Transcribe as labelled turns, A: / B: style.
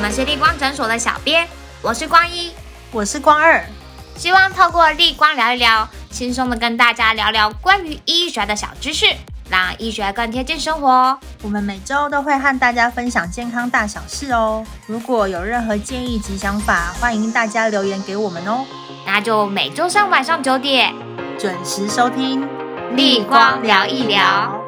A: 们是立光诊所的小编，我是光一，
B: 我是光二。
A: 希望透过立光聊一聊，轻松的跟大家聊聊关于医学的小知识，让医学更贴近生活哦。
B: 我们每周都会和大家分享健康大小事哦。如果有任何建议及想法，欢迎大家留言给我们哦。
A: 那就每周三晚上九点，
B: 准时收听，
A: 立光聊一聊。